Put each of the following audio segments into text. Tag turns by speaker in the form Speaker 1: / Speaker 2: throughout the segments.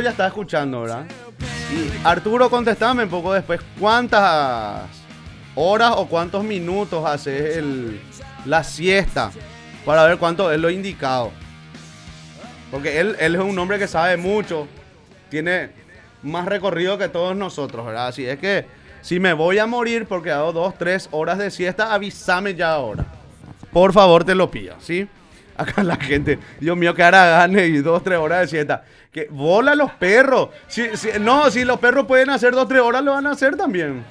Speaker 1: ya está escuchando, ¿verdad? Y Arturo, contestame un poco después. ¿Cuántas horas o cuántos minutos haces el, la siesta? Para ver cuánto es lo indicado. Porque él, él es un hombre que sabe mucho. Tiene más recorrido que todos nosotros, ¿verdad? Así es que si me voy a morir porque hago dos, tres horas de siesta, avísame ya ahora. Por favor, te lo pido, ¿sí? Acá la gente, Dios mío, que ahora gane y dos, tres horas de siesta. Que bola los perros. Si- si- no, si los perros pueden hacer dos, tres horas, lo van a hacer también.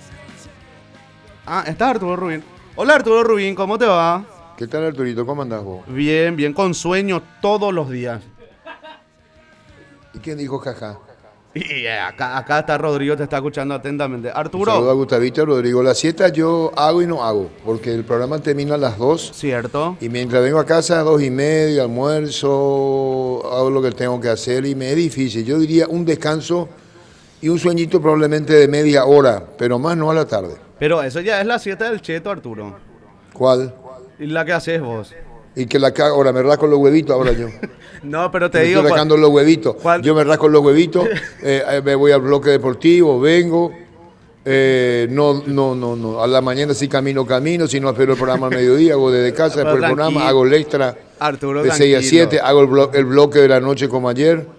Speaker 1: Ah, está Arturo Rubín. Hola Arturo Rubín, ¿cómo te va?
Speaker 2: ¿Qué tal, Arturito? ¿Cómo andás vos?
Speaker 1: Bien, bien, con sueño todos los días.
Speaker 2: ¿Y quién dijo jaja?
Speaker 1: Y eh, acá, acá está Rodrigo, te está escuchando atentamente.
Speaker 2: Un saludo a
Speaker 1: Arturo,
Speaker 2: Gustavito Rodrigo. La siesta yo hago y no hago, porque el programa termina a las 2
Speaker 1: ¿cierto?
Speaker 2: y mientras vengo a casa a dos y media, almuerzo, hago lo que tengo que hacer y me es difícil. Yo diría un descanso y un sueñito probablemente de media hora, pero más no a la tarde.
Speaker 1: Pero eso ya es la siesta del cheto, Arturo.
Speaker 2: ¿Cuál?
Speaker 1: Y la que haces vos.
Speaker 2: Y que la ca- ahora me rasco los huevitos ahora yo.
Speaker 1: No, pero te
Speaker 2: Me
Speaker 1: digo.
Speaker 2: estoy
Speaker 1: cua-
Speaker 2: rascando los huevitos.
Speaker 1: ¿Cuál?
Speaker 2: Yo me rasco los huevitos, eh, eh, me voy al bloque deportivo, vengo. eh, no, no, no, no. A la mañana sí camino, camino. Si no, espero el programa al mediodía, hago desde casa,
Speaker 1: Pero
Speaker 2: después el
Speaker 1: tranquilo.
Speaker 2: programa, hago el extra
Speaker 1: Arturo,
Speaker 2: de 6 a
Speaker 1: tranquilo.
Speaker 2: 7, hago el, blo- el bloque de la noche como ayer.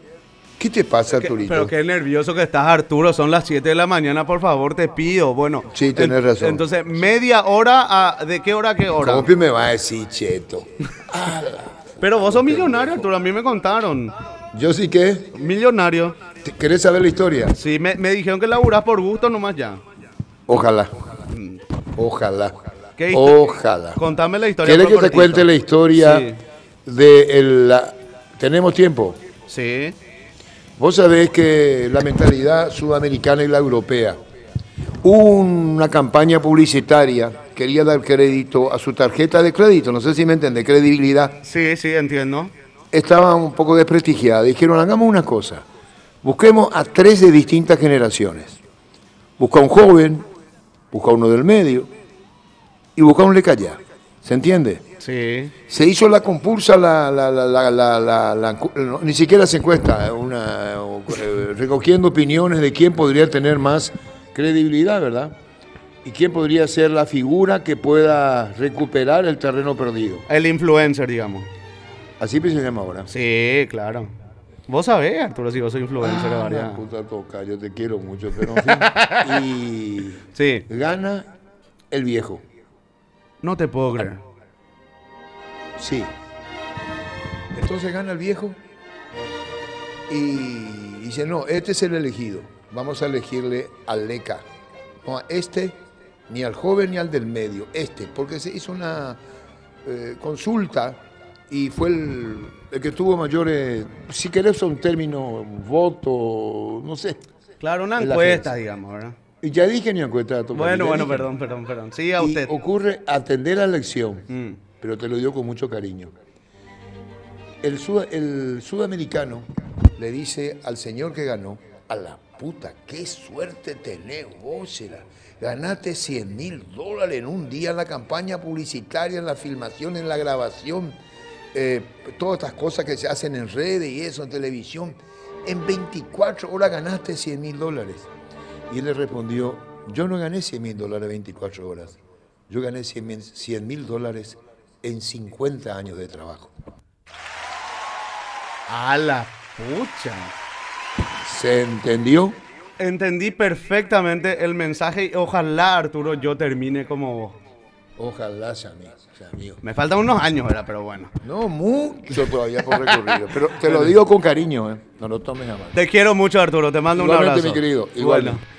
Speaker 2: ¿Qué te pasa,
Speaker 1: Que-
Speaker 2: Arturito?
Speaker 1: pero qué nervioso que estás, Arturo. Son las 7 de la mañana, por favor, te pido. Bueno.
Speaker 2: Sí, tenés
Speaker 1: en-
Speaker 2: razón.
Speaker 1: Entonces, media hora, a- ¿de qué hora a qué hora?
Speaker 2: ¿Cómo que me va a decir, cheto?
Speaker 1: Pero vos sos millonario, Arturo. A mí me contaron.
Speaker 2: Yo sí que.
Speaker 1: Millonario.
Speaker 2: ¿te- ¿Querés saber la historia?
Speaker 1: Sí, me, me dijeron que laburás por gusto nomás ya.
Speaker 2: Ojalá. Ojalá.
Speaker 1: Mm. ¿Qué histo-
Speaker 2: Ojalá.
Speaker 1: Contame la historia.
Speaker 2: ¿Quieres que
Speaker 1: por
Speaker 2: te
Speaker 1: cortito.
Speaker 2: cuente la historia
Speaker 1: Sí.
Speaker 2: de el- la... Tenemos tiempo.
Speaker 1: Sí.
Speaker 2: Vos sabés que la mentalidad sudamericana y la europea. Hubo una campaña publicitaria, quería dar crédito a su tarjeta de crédito, no sé si me entiende, credibilidad.
Speaker 1: Sí, sí, entiendo.
Speaker 2: Estaba un poco desprestigiada. Dijeron, hagamos una cosa, busquemos a tres de distintas generaciones. Busca a un joven, busca a uno del medio y busca a un lecallá. ¿Se entiende?
Speaker 1: Sí.
Speaker 2: Se hizo la compulsa, la, la- la- la- la- la- la- no, ni siquiera se encuesta, una, eh, recogiendo opiniones de quién podría tener más credibilidad, ¿verdad? Y quién podría ser la figura que pueda recuperar el terreno perdido.
Speaker 1: El influencer, digamos.
Speaker 2: Así pues se llama ahora.
Speaker 1: Ah, Sí, claro. Vos sabés, Arturo, si vos sos influencer de
Speaker 2: Ah,
Speaker 1: varias.
Speaker 2: la puta toca, yo te quiero mucho, pero en fin.
Speaker 1: Sí.
Speaker 2: Y gana el viejo.
Speaker 1: No te puedo creer.
Speaker 2: Ah. Sí. Entonces gana el viejo y dice, no, este es el elegido. Vamos a elegirle al Leca. No a este, ni al joven, ni al del medio. Este, porque se hizo una eh, consulta y fue el, el que tuvo mayores, si querés son términos, voto, no sé.
Speaker 1: Claro, una
Speaker 2: En la
Speaker 1: encuesta,
Speaker 2: fiesta.
Speaker 1: digamos, ¿verdad?
Speaker 2: Y ya dije ni encuesta.
Speaker 1: Bueno, bueno, perdón, perdón, perdón. Sí, a
Speaker 2: Y
Speaker 1: usted.
Speaker 2: ocurre atender la elección
Speaker 1: Mm.
Speaker 2: pero te lo dio con mucho cariño. El, sud- el sudamericano le dice al señor que ganó, a la puta, qué suerte tenés vos, será. Ganaste 100 mil dólares en un día en la campaña publicitaria, en la filmación, en la grabación, eh, todas estas cosas que se hacen en redes y eso, en televisión. En 24 horas ganaste 100 mil dólares. Y él le respondió, yo no gané 100 mil dólares en 24 horas, yo gané 100 mil dólares en 50 años de trabajo.
Speaker 1: A la pucha.
Speaker 2: ¿Se entendió?
Speaker 1: Entendí perfectamente el mensaje y ojalá, Arturo, yo termine como vos.
Speaker 2: Ojalá sea mío, sea mío.
Speaker 1: Me faltan unos años, ¿verdad? Pero bueno.
Speaker 2: No mucho todavía por recorrido, pero te lo digo con cariño, ¿eh? no lo tomes a mal.
Speaker 1: Te quiero mucho, Arturo. Te mando un
Speaker 2: Igualmente,
Speaker 1: abrazo.
Speaker 2: mi querido, igual.
Speaker 1: Bueno.